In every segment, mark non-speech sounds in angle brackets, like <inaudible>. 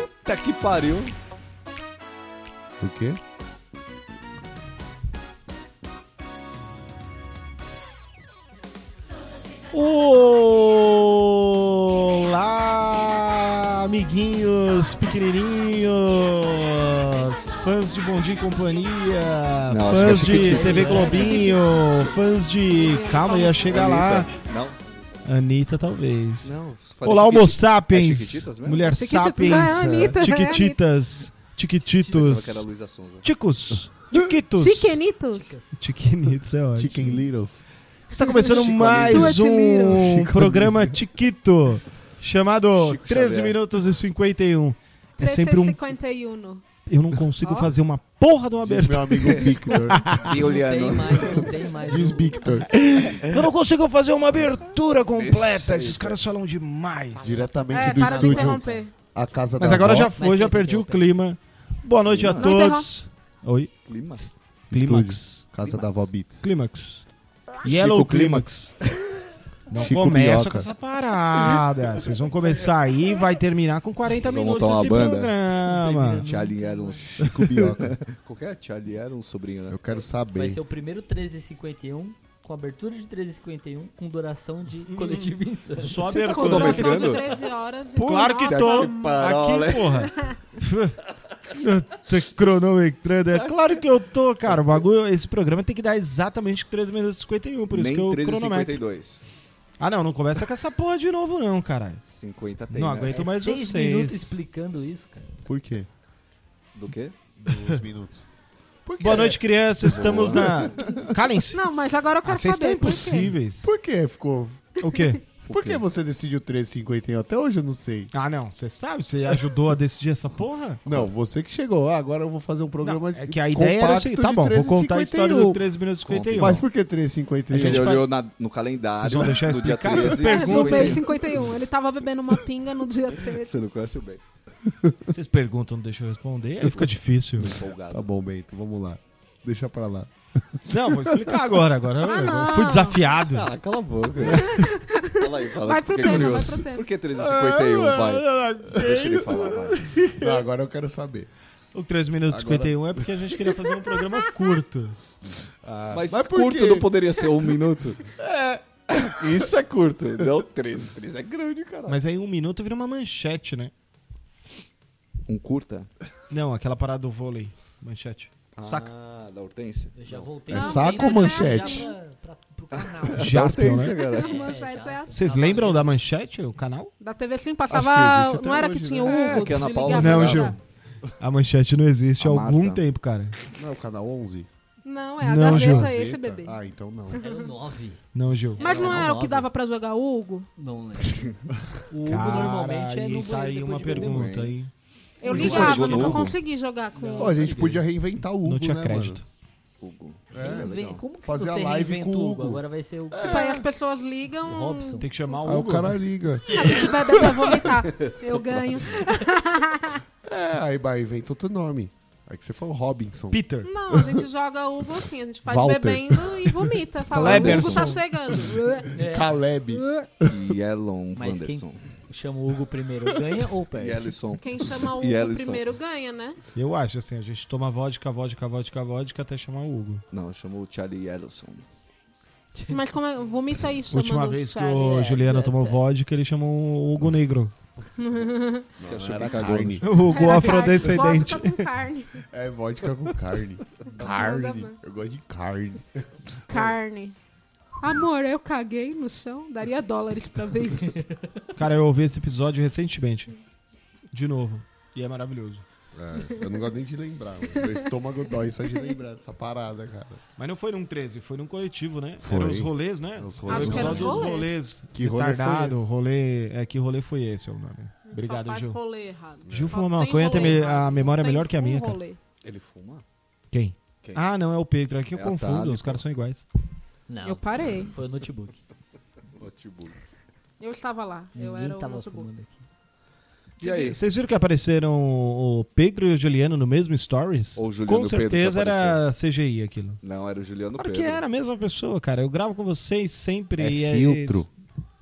Puta que pariu. O quê? Olá, amiguinhos pequenininhos, fãs de Bom Dia e Companhia, Não, acho que é fãs de Chiquititas. TV Globinho, fãs de... Calma, ia chegar lá. Anitta. Não, Anitta, talvez. não. falei Olá, Chiquititas. É Homo Sapiens, Chiquititas mesmo? Mulher Chiquititas. Sapiens, Ah, é a Anitta, é a Chiquititas, Pensava que Chiquititos, era Luísa Sonza. Chicos, Chiquitos, Chiquenitos. Chiquenitos, é ótimo. Chicken Littles. Está começando Chico mais Anísio. Stuart um Little. Chico programa Tiquito, chamado Chico 13 Xavier. minutos e 51. É sempre um. 351. Eu não consigo Ó. fazer uma porra de uma Diz abertura. meu <laughs> amigo Victor. E Ah, Tem Juliano. mais, não tem mais. Diz Victor. Eu não consigo fazer uma abertura Isso completa. É. aí, Esses cara. caras falam demais. Diretamente É, do para de estúdio interromper. A Casa Mas da agora Vó. já foi, Mas já tem perdi o interromper. clima. Boa noite a Não todos. Oi, Clima. Clímax. Casa da Vó Beats. Clímax. Yellow Clímax. Não Chico começa Bioca. com essa parada. Vocês vão começar aí e vai terminar com 40 Vocês vão minutos montar uma esse banda? programa. Charlie um Arons. <laughs> Chico Bioca. Qualquer Charlie era um sobrinho, né? É Eu quero Vai saber. ser o primeiro 1351, com abertura de 1351, com duração de coletivo insano. Hum. Só Você tá abertura. Tô Duração de mexendo? 13 horas. e- Claro que Nossa, tô. que parola, Aqui, hein? porra. Tá cronometrando. É claro que eu tô, cara. O bagulho, esse programa tem que dar exatamente 13 minutos e 51, por isso Nem que eu 13 e cronometro. 52. Ah, não, não começa com essa porra de novo, não, caralho. 50 tem, Não né? aguento. Então, mas seis vocês- minutos explicando isso, cara. Por quê? Do quê? <laughs> Dois minutos. Por quê? é. Boa noite, crianças. Estamos na. Calem-se. Não, mas agora eu Ah, quero Vocês estão saber por quê. impossíveis. Por que ficou? O quê? Por que você decidiu 3,51? Até hoje eu não sei. Ah, não. Você sabe, você ajudou a decidir essa porra? Não, você que chegou. Ah, agora eu vou fazer um programa é que a ideia era assim, compacto tá de bom, vou contar a 13,51. história do 13 minutos e É Conta. 51. Mas por que A Ele gente 3,51? vai- olhou na- no Vocês calendário vão deixar eu no dia explicar essa 13 pergunta? É, no 51. beijo 51. Ele tava bebendo uma pinga no dia 13. Você não conhece o bem. Vocês perguntam, não deixa eu responder, aí fica difícil. Folgado. Tá bom, Bento, vamos lá. Deixa <laughs> pra lá. Não, vou explicar agora. Agora eu- Ah, eu não. fui desafiado. Ah, cala a boca. fala aí, fala. Vai pro Fiquei tema, vai curioso. pro tema. Por que 351, <laughs> vai? Deixa ele falar, vai. Não, agora eu quero saber. O 3 minutos e 51 é porque a gente queria fazer um programa curto. Ah, Mas, por curto quê? não poderia ser um minuto? É. <laughs> Isso é curto, não 13. 13 é grande, caralho. Mas aí um minuto vira uma manchete, né? Um curta? Não, aquela parada do vôlei. Manchete. Saca. Ah, da Hortência? Eu já voltei. É Não, assim, saco ou mas manchete? Já pra, pra, pro canal. Jaspion, Hortência, né? cara. A manchete é assim. Vocês lembram da manchete, o canal? Da TV Sim Acho que existe passava. até Não era que hoje, tinha o né? É, Hugo. que a Ana de Paula ligar não pra Gil. cá. A manchete não existe A há algum Marta. tempo, cara. Não, o canal 11? Não, é a Não, Gil. é. Gazeta esse, Gazeta? bebê. Ah, <laughs> então não. Era o 9. Não, Gil. Mas não Era era o que nova. dava pra jogar Hugo? Não <laughs> lembro. O Hugo Cara, normalmente é no aí tá aí banheiro uma depois de beber. um pergunta aí. Eu Você ligava, jogou no nunca Hugo? consegui jogar com Não. Ó, a gente podia reinventar o Hugo, não tinha né, crédito. Hugo. É, É, Vem, legal. como que Fazer você a live com reinventa o o Hugo. É. Hugo? Agora vai ser o, Tipo, aí as pessoas o ligam. Robson. Tem que chamar o mano? Aí Ah, o Hugo. cara é né? liga. A gente <laughs> vai beber, vomitar. Eu ganho. É, aí vai, inventa outro nome. Aí que você falou Robinson. Peter. Não, a gente joga Hugo assim, a gente faz Walter. bebendo e vomita. Fala, o Kleberson. Hugo tá chegando. <laughs> É, Caleb. E Elon Mas quem- Wanderson. chama o Hugo primeiro, ganha ou E perde? Ellison. Quem chama o E Hugo Ellison. primeiro ganha, né? Eu acho assim, a gente toma vodka, vodka, vodka, vodka até chamar o Hugo. Não, chamou o Charlie Ellison. Mas como é, vomita aí chamando é, Última o vez que Charlie. o Juliano tomou vodka, ele chamou o Hugo Negro. Que achou era que cagou. carne. O Hugo Era afrodescendente. vodka com <laughs> carne. É vodka com carne. carne. né? Eu gosto de carne. Carne. Amor, eu caguei no chão. Daria dólares pra ver isso. Cara, eu ouvi esse episódio recentemente. De novo. E é maravilhoso. É, eu não gosto nem de lembrar. mano. Meu estômago dói só de lembrar dessa parada, cara. Mas não foi num 13, foi num coletivo, né? Foi. Eram os rolês, né? Os Foi o Acho que eram episódio os dos rolês. rolês. Que rolê Retardado, foi esse? rolê. É, que rolê foi esse é o nome. Só <laughs> Obrigado, faz Gil. rolê errado. né? Gil Só fuma tem maconha, tem me- errado. a memória Não tem melhor que a um minha, cara. rolê. Ele fuma? Quem? Quem? Ah, não, é o Pedro. Aqui eu É confundo, atalho, os caras são iguais. Não, Eu parei. foi o notebook. Notebook. Eu estava lá. Eu era Ninguém o tava notebook. fumando aqui. E aí? Vocês viram que apareceram o Pedro e o Juliano no mesmo Stories? Ou o Juliano Com e o Pedro que certeza era CGI aquilo. Não, era o Juliano Claro Pedro. que era a mesma pessoa, cara. Eu gravo com vocês sempre. É e filtro.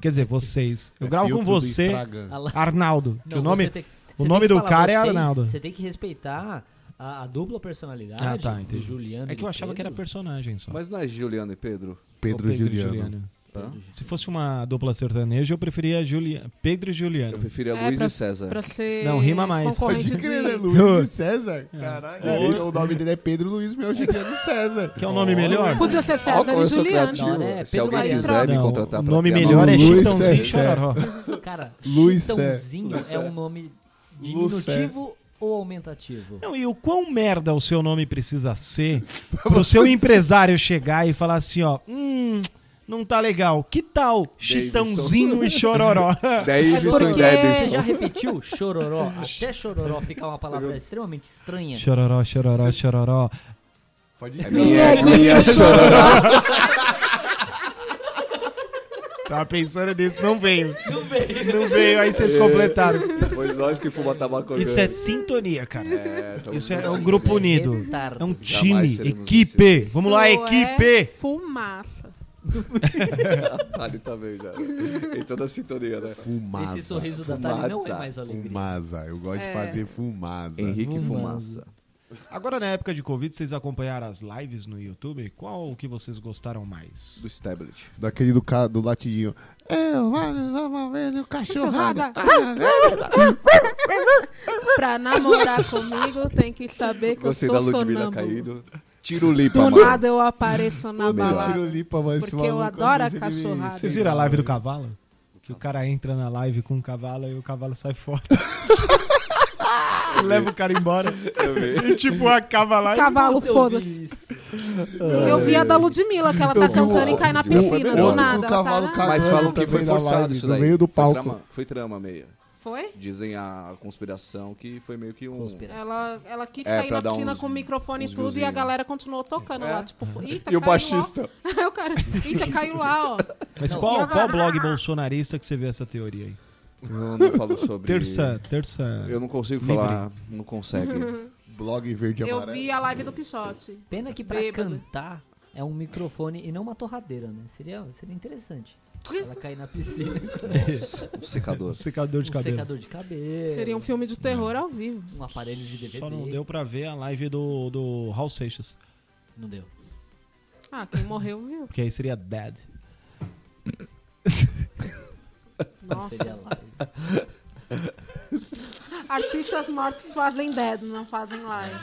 Quer dizer, vocês. Eu É gravo com filtro do você, Instagram. Ah lá. Arnaldo. Que Não, o nome você tem- Você tem nome que do falar, cara é vocês- Arnaldo. Você tem que respeitar a, a dupla Ah, personalidade tá, do entendi. Juliano. É que eu achava que era personagem. personagem só. Mas não é Juliano e Pedro? Pedro, Ou e Juliano. Hã? Se fosse uma dupla sertaneja, eu preferia Julia... Pedro e Eu Juliano. prefiro a É, Luiz pra- e César. Pra ser Não, rima mais. concorrente Pode crer, né? de... Luiz e César? É. Caralho, ele- o nome dele é Pedro Luiz Mel Juliano César. Quer um nome melhor? Podia ser Ó, César como e eu sou Juliano. criativo. Não, né? Se Pedro alguém vai quiser me Não, contratar o pra nome criar uma melhor é música- Luiz Chitãozinho e Cessé. Chororó. Cara, Luiz Chitãozinho Cé. é um nome Lucé. diminutivo ou aumentativo? Não, e o quão merda o seu nome precisa ser pro seu empresário chegar e falar assim, ó, hum, não tá legal. Que tal Chitãozinho e Chororó? É Davidson e porque- Você já Davidson. repetiu chororó? Até chororó ficar uma palavra extremamente estranha. Chororó, chororó, chororó. Pode É crer. Minha, minha chororó. Tava pensando nisso, não veio. Não veio. Não veio, aí vocês completaram. Pois nós que fuma tabaco Isso é orgânico. sintonia, cara. É, tamo Isso é junto. um grupo unido. Retardo. É um time, Jamais seremos equipe. Vamos lá, Isso É equipe. fumaça. A Tali tá bem já. Em toda a sintonia, né? Fumaça. Esse sorriso da Thalia não é fumaça, mais alegria. Fumaza, eu gosto É. de fazer fumaza. Henrique Fumaça. Fumaça. Agora, na época de Covid, vocês acompanharam as lives no YouTube? Qual que vocês gostaram mais? Do Stablet. Daquele do, ca... do latidinho. É, Eu, mano, vamos ver no né, cachorrada. Ah, né, <laughs> Pra namorar comigo, tem que saber que Gostei eu da sou Ludmilla sonâmbulo. caído. Tiro lipa, Do mano. nada eu apareço na Melhor. balada. né. lipa, mas Porque eu adoro a cachorrada. Vocês viram a live né? do cavalo? Que o cara entra na live com o cavalo e o cavalo sai fora. <laughs> Leva o cara embora. Eu vi. E tipo, acaba lá. Cavalo, Eu foda-se. vi isso. Eu vi a da Ludmilla, que ela Eu tá vi cantando É. o- e cai na o- piscina, o- do o- nada. o Ela cavalo tá... cagou. lá. Mas um- Cagando falam que foi também na forçado live, isso no daí. meio do foi palco. Trama, foi trama meia. Foi? Dizem a conspiração que foi meio que um. Conspiração. Ela, ela quis É, cair pra na dar piscina uns- com o microfone e uns tudo e a viewzinho. galera continuou tocando lá. <laughs> Tipo, foi- eita, E o caiu, ó. baixista. Aí o cara, eita, caiu lá, ó. Mas Não. qual, qual blog bolsonarista que você vê essa teoria aí? Eu não falo sobre. Terça, terça. Eu não consigo Livre. falar. Não consegue. Blog verde e Eu amarelo. vi a live do Quixote. Pena que pra Bêbado. cantar é um microfone e não uma torradeira, né? Seria, seria interessante. Ela cair na <laughs> piscina <laughs> Nossa, um secador. É, secador de com um cabelo. secador de É. cabelo. Seria um filme de terror ao vivo. um aparelho de DVD. Só não deu pra ver a live do, do Raul Seixas. Não deu. Ah, quem morreu viu. Porque aí <laughs> seria dead. Nossa. Seria live. Artistas mortos fazem dead, não fazem live.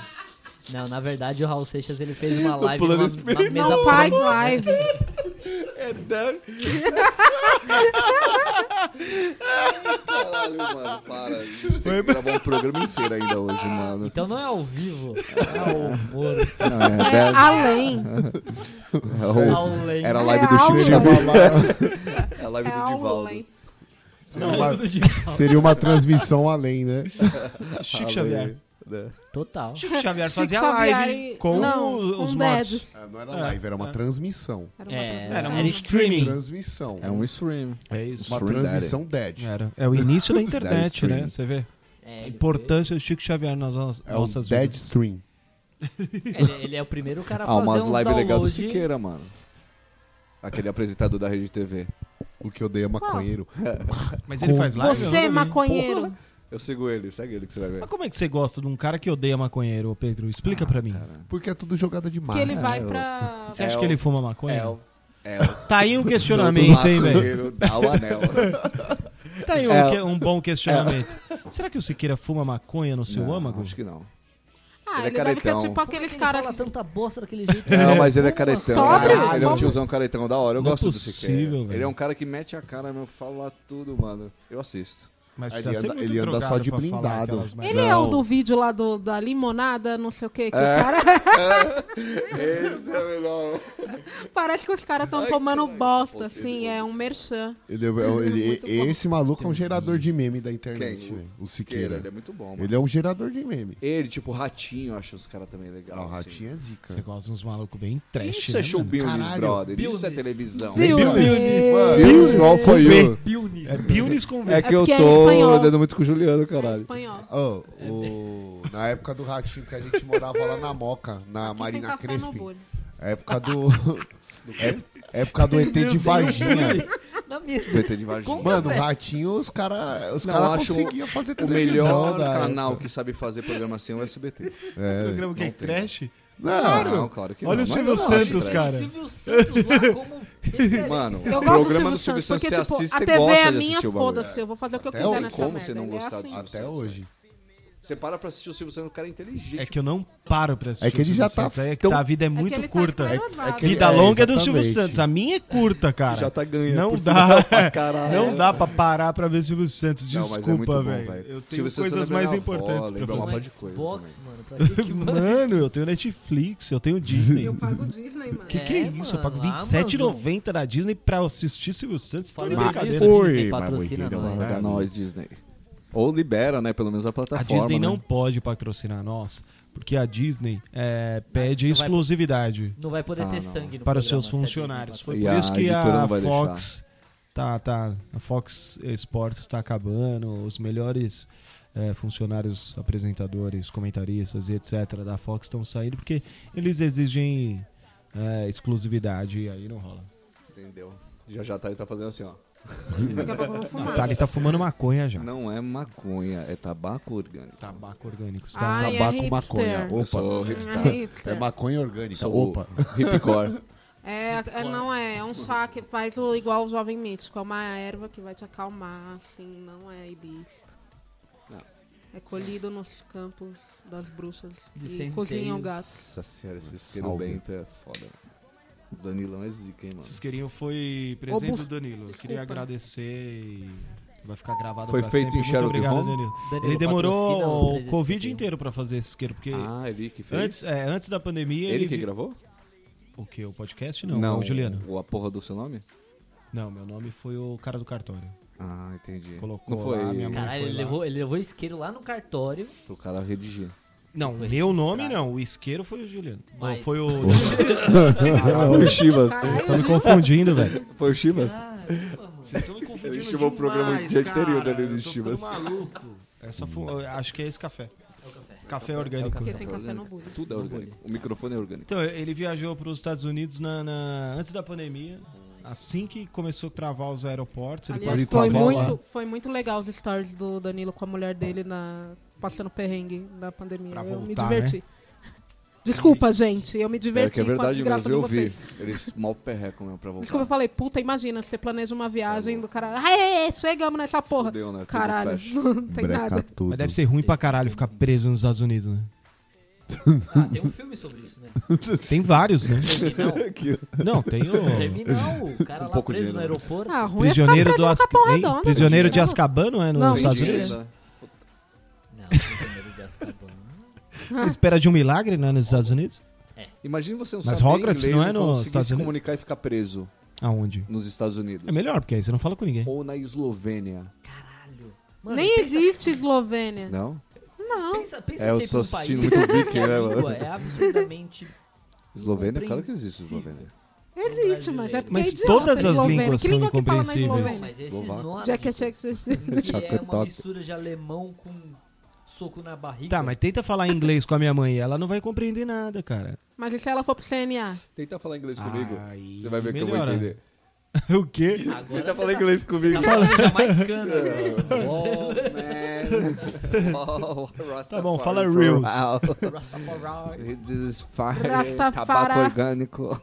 Não, na verdade o Raul Seixas ele <laughs> fez uma Do live plano numa, numa espiritual. mesa Não faz live. <laughs> É dar. Caralho, mano, para. A gente tem que gravar um programa inteiro ainda hoje, mano. Então não é ao vivo, é ao <laughs> humor. Não, é, É dar- além. é o- além. Era a live do É Chico aula. Xavier. É a live É do Divaldo. além. Seria uma, seria uma transmissão além, né? Chico Xavier. Né? Total. Chico Xavier Chico fazia Xavier live e- com não, os, com os dead. mortos. Ah, Não era live, era uma transmissão. Era uma É, transmissão. era um streaming. Transmissão. É um stream. É isso. uma Stream transmissão dead. Era. É <laughs> o início da internet, streaming. né? Você vê. É, A ele importância do Chico Xavier nas no- É um nossas dead vidas. stream. foi- Ele, ele é o primeiro cara a Ah, fazer umas uns lives legais do download. Siqueira, mano. Aquele apresentador da Rede TV. O que eu dei é maconheiro. Mas ele faz live? Você, maconheiro. Eu sigo ele, segue ele que você vai ver. Mas como é que você gosta de um cara que odeia maconheiro, ô Pedro? Ah, Explica pra mim. Porque é tudo jogada de Que marca. ele vai eu- pra. Você acha É que o- ele fuma maconha? É o. É o. Tá <laughs> aí um questionamento, hein, velho? maconheiro Dá o <laughs> anel. Tá aí <laughs> um, É o- que- um bom questionamento. Será que o Siqueira fuma maconha no seu Não, âmago? Acho que não. Ah, Ele ele, é deve ser caretão. tipo aqueles Ele caras. <laughs> fala tanta <laughs> bosta daquele jeito. Não, mas ele é caretão. Sobre? cara. Ele é um Como? tiozão caretão da hora. Eu Não é gosto possível, do Siqueira. velho. Ele é um cara que mete a cara, meu, fala tudo, mano. Eu assisto. Mas Ele precisa ser anda- muito ele anda drogado só de pra falar blindado. aquelas merdas. Ele é o Não. do vídeo lá do, da limonada, não sei o que, que É. o cara. <laughs> Esse é o melhor. Parece que os caras estão tomando caralho, bosta, essa assim, porra. é um merchan. Ele é- ele- esse maluco é um gerador de meme da internet, Quem? velho. O Siqueira, Siqueira. ele é muito bom, mano. Ele é um gerador de meme. Ele, tipo, o Ratinho, eu acho os caras também legal. Ah, o assim. ratinho é zica. Você gosta de uns malucos bem trash, Isso né, é show mano? business, Caralho. brother. Isso é Business. televisão. Bill Bill Nye. Mano, Bills, qual foi Bill. o... Pilnis. É Bilnis com V. É que eu porque é tô espanhol. andando muito com o Juliano, É caralho. espanhol. Ô, o- na época do ratinho que a gente morava lá na Moca, na Aqui tem Marina café É. no Crespi. bolho. Época do. é- época do ET de Varginha. na mesa. VT de Varginha. Com Mano, o café. Ratinho, os caras os Não, cara acho conseguiam fazer O televisão. melhor da canal época. que sabe fazer programação é o SBT. É. Programa que é não tem. trash? Não, Não, claro que Olha não. Mas o Silvio eu não acho Santos, trash. cara. Silvio <laughs> Santos lá como referência. Mano, o Eu gosto programa do do Silvio Santos, você porque, tipo, assiste, a você TV é gosta de minha, assistir o bagulho. foda-se, eu vou fazer o que eu Até quiser hoje, nessa como merda. você não ele é gostar assim. disso? Até hoje. Você para pra assistir o Silvio Santos, o cara é inteligente. É que eu não paro pra assistir. É que ele o Silvio já tá- Santos, aí É que então- tá, a vida é É que muito ele tá curta. escravado. É que- Vida longa é do Silvio exatamente. Santos. A minha é curta, cara. Já tá ganhando. Não por dá. sinal, pra caralho. <laughs> Não dá pra parar pra ver Silvio Santos. Não, mas é muito Desculpa, bom, velho. velho. Eu tenho Silvio Santos coisas lembra mais minha avó, importantes pra lembra fazer. uma- Mas par de coisa Xbox, também. mano, pra que que manda? <laughs> Mano, eu tenho Netflix, <laughs> eu tenho Disney. Eu pago Disney, mano. Que que é, É, isso? eu mano, pago lá, R$27,90 da Disney pra assistir Silvio Santos. Tá de Falando brincadeira. nisso, Oi, Disney mas Moisés, patrocina nós. né? não Paga Caralho. nós, Disney. Ou libera, né? Pelo menos a A plataforma. Disney não né? pode patrocinar nós, porque a Disney é, pede Não vai- exclusividade Não vai poder Ah, não. ter sangue no para os programa, seus se a Disney funcionários. Foi patrocina. E por a isso que editora a não vai Fox tá, tá, a Fox Sports está acabando, os melhores é, funcionários, apresentadores, comentaristas e etc. da Fox estão saindo porque eles exigem é, exclusividade e aí não rola. Entendeu? Já já tá, ele tá fazendo assim, ó. Daqui a pouco eu vou A fumar. Thali tá fumando maconha já. Não é maconha, é tabaco orgânico. Tabaco orgânico. Ah, está Ai, é Tabaco, hipster. maconha. Eu Opa. sou É hipster. É hipster. maconha orgânica. Sou Opa. hipcore. É, é, não é, é um chá que faz o- igual o jovem mítico, é uma erva que vai te acalmar, assim, não é ilícito. Não. É colhido nos campos das bruxas De e centeios. cozinha o gato. Nossa senhora, esses Salve. querubento é foda. O Danilão é zica, hein, mano. Vocês queriam foi presente Ô, do Buf- Danilo. Eu queria Desculpa. agradecer e vai ficar gravado Foi pra feito em sempre. Muito Sherlock obrigado, Holmes? Danilo. Ele Danilo patrocina demorou os o Covid 351. inteiro pra fazer esse isqueiro, porque Ah, ele que fez? antes, é, antes da pandemia ele que vi- gravou? O que? O podcast? Não, o Juliano. O, a porra do seu nome? Não, meu nome foi o cara do cartório. Ah, entendi. Colocou Não foi lá, minha mãe- Caralho, Foi ele lá. levou, ele levou isqueiro lá no cartório. pro cara redigir. <laughs> Não, foi meu registrado. nome não. O isqueiro foi o Juliano. Mas- Não, foi o. Ah, foi o Chivas. Estão me confundindo, velho. Foi o Chivas? Caramba, mano. Vocês estão me confundindo. Ele chamou o programa demais, o dia inteiro, cara. Danilo, Eu de tô Chivas. ficando maluco. Essa foi- eu acho que é esse café. assim. É o café. Café orgânico. Porque tem café no bule. Tudo é orgânico. O microfone é orgânico. Então, ele viajou para os Estados Unidos na, na- antes da pandemia. Assim que começou a travar os aeroportos, ele Aliás, quase foi tava lá. muito, foi muito legal os stories do Danilo com a mulher dele na, passando perrengue na pandemia. Pra eu me voltar, né? diverti. Desculpa, gente, eu me É diverti que é com a verdade desgraça mesmo, de eu vi. vocês. Eles mal perrecam mesmo pra voltar. Desculpa, eu falei, puta, imagina, você planeja uma viagem do cara. Aê, chegamos nessa porra. é Fudeu, né? Tudo Caralho, flash. <laughs> não tem Breca nada. tudo. Mas deve ser ruim pra caralho ficar preso nos Estados Unidos, <laughs> né? Ah, tem um filme sobre <laughs> isso, né? Tem vários, né? <laughs> Terminal. Não, tem o Terminal. O cara Um lá pouco de preso no dinheiro, né? aeroporto. Ah, ruim é ficar Prisioneiro preso do no As... Capão hein? Redondo, Prisioneiro de gente. Azkaban, não é? Nos Não, Sem Estados mentira. dinheiro, né? Unidos? Não, o prisioneiro de Azkaban. Ah. Espera de um milagre, né? Nos Estados Unidos? Imagina você não Mas saber Hogwarts inglês, não é não nos conseguir Estados se Unidos? comunicar e ficar preso Aonde? nos Estados Unidos. É melhor, porque aí você não fala com ninguém. Ou na Eslovênia. Caralho. Mano, Nem pensa- existe Eslovênia. Não? Não. Pensa, pensa É, eu sempre sou um país assim, muito <laughs> que viking, né, a língua mano? <laughs> É absurdamente... Eslovênia? é Claro que existe Eslovênia. Existe, mas é porque Mas é idiota, todas as Eslovênia. línguas que são língua que fala na incompreensíveis. Não, Eslovênia? mas esses Eslovaco. nomes... Já que é cheio que você- que é uma Chacotota. mistura de alemão com soco na barriga. Tá, mas tenta falar inglês com a minha mãe. Ela não vai compreender nada, cara. Mas e se ela for pro CNA? Tenta falar inglês comigo. Aí, Você vai ver que eu vou Ah, melhora. entender. <laughs> o quê? Agora Tenta você falar tá- inglês comigo. Tá falando jamaicano. <laughs> Oh, man. Oh, Tá bom, fala Rastafari reals. for real. Rastafari. This is fire, Rastafari. tabaco orgânico.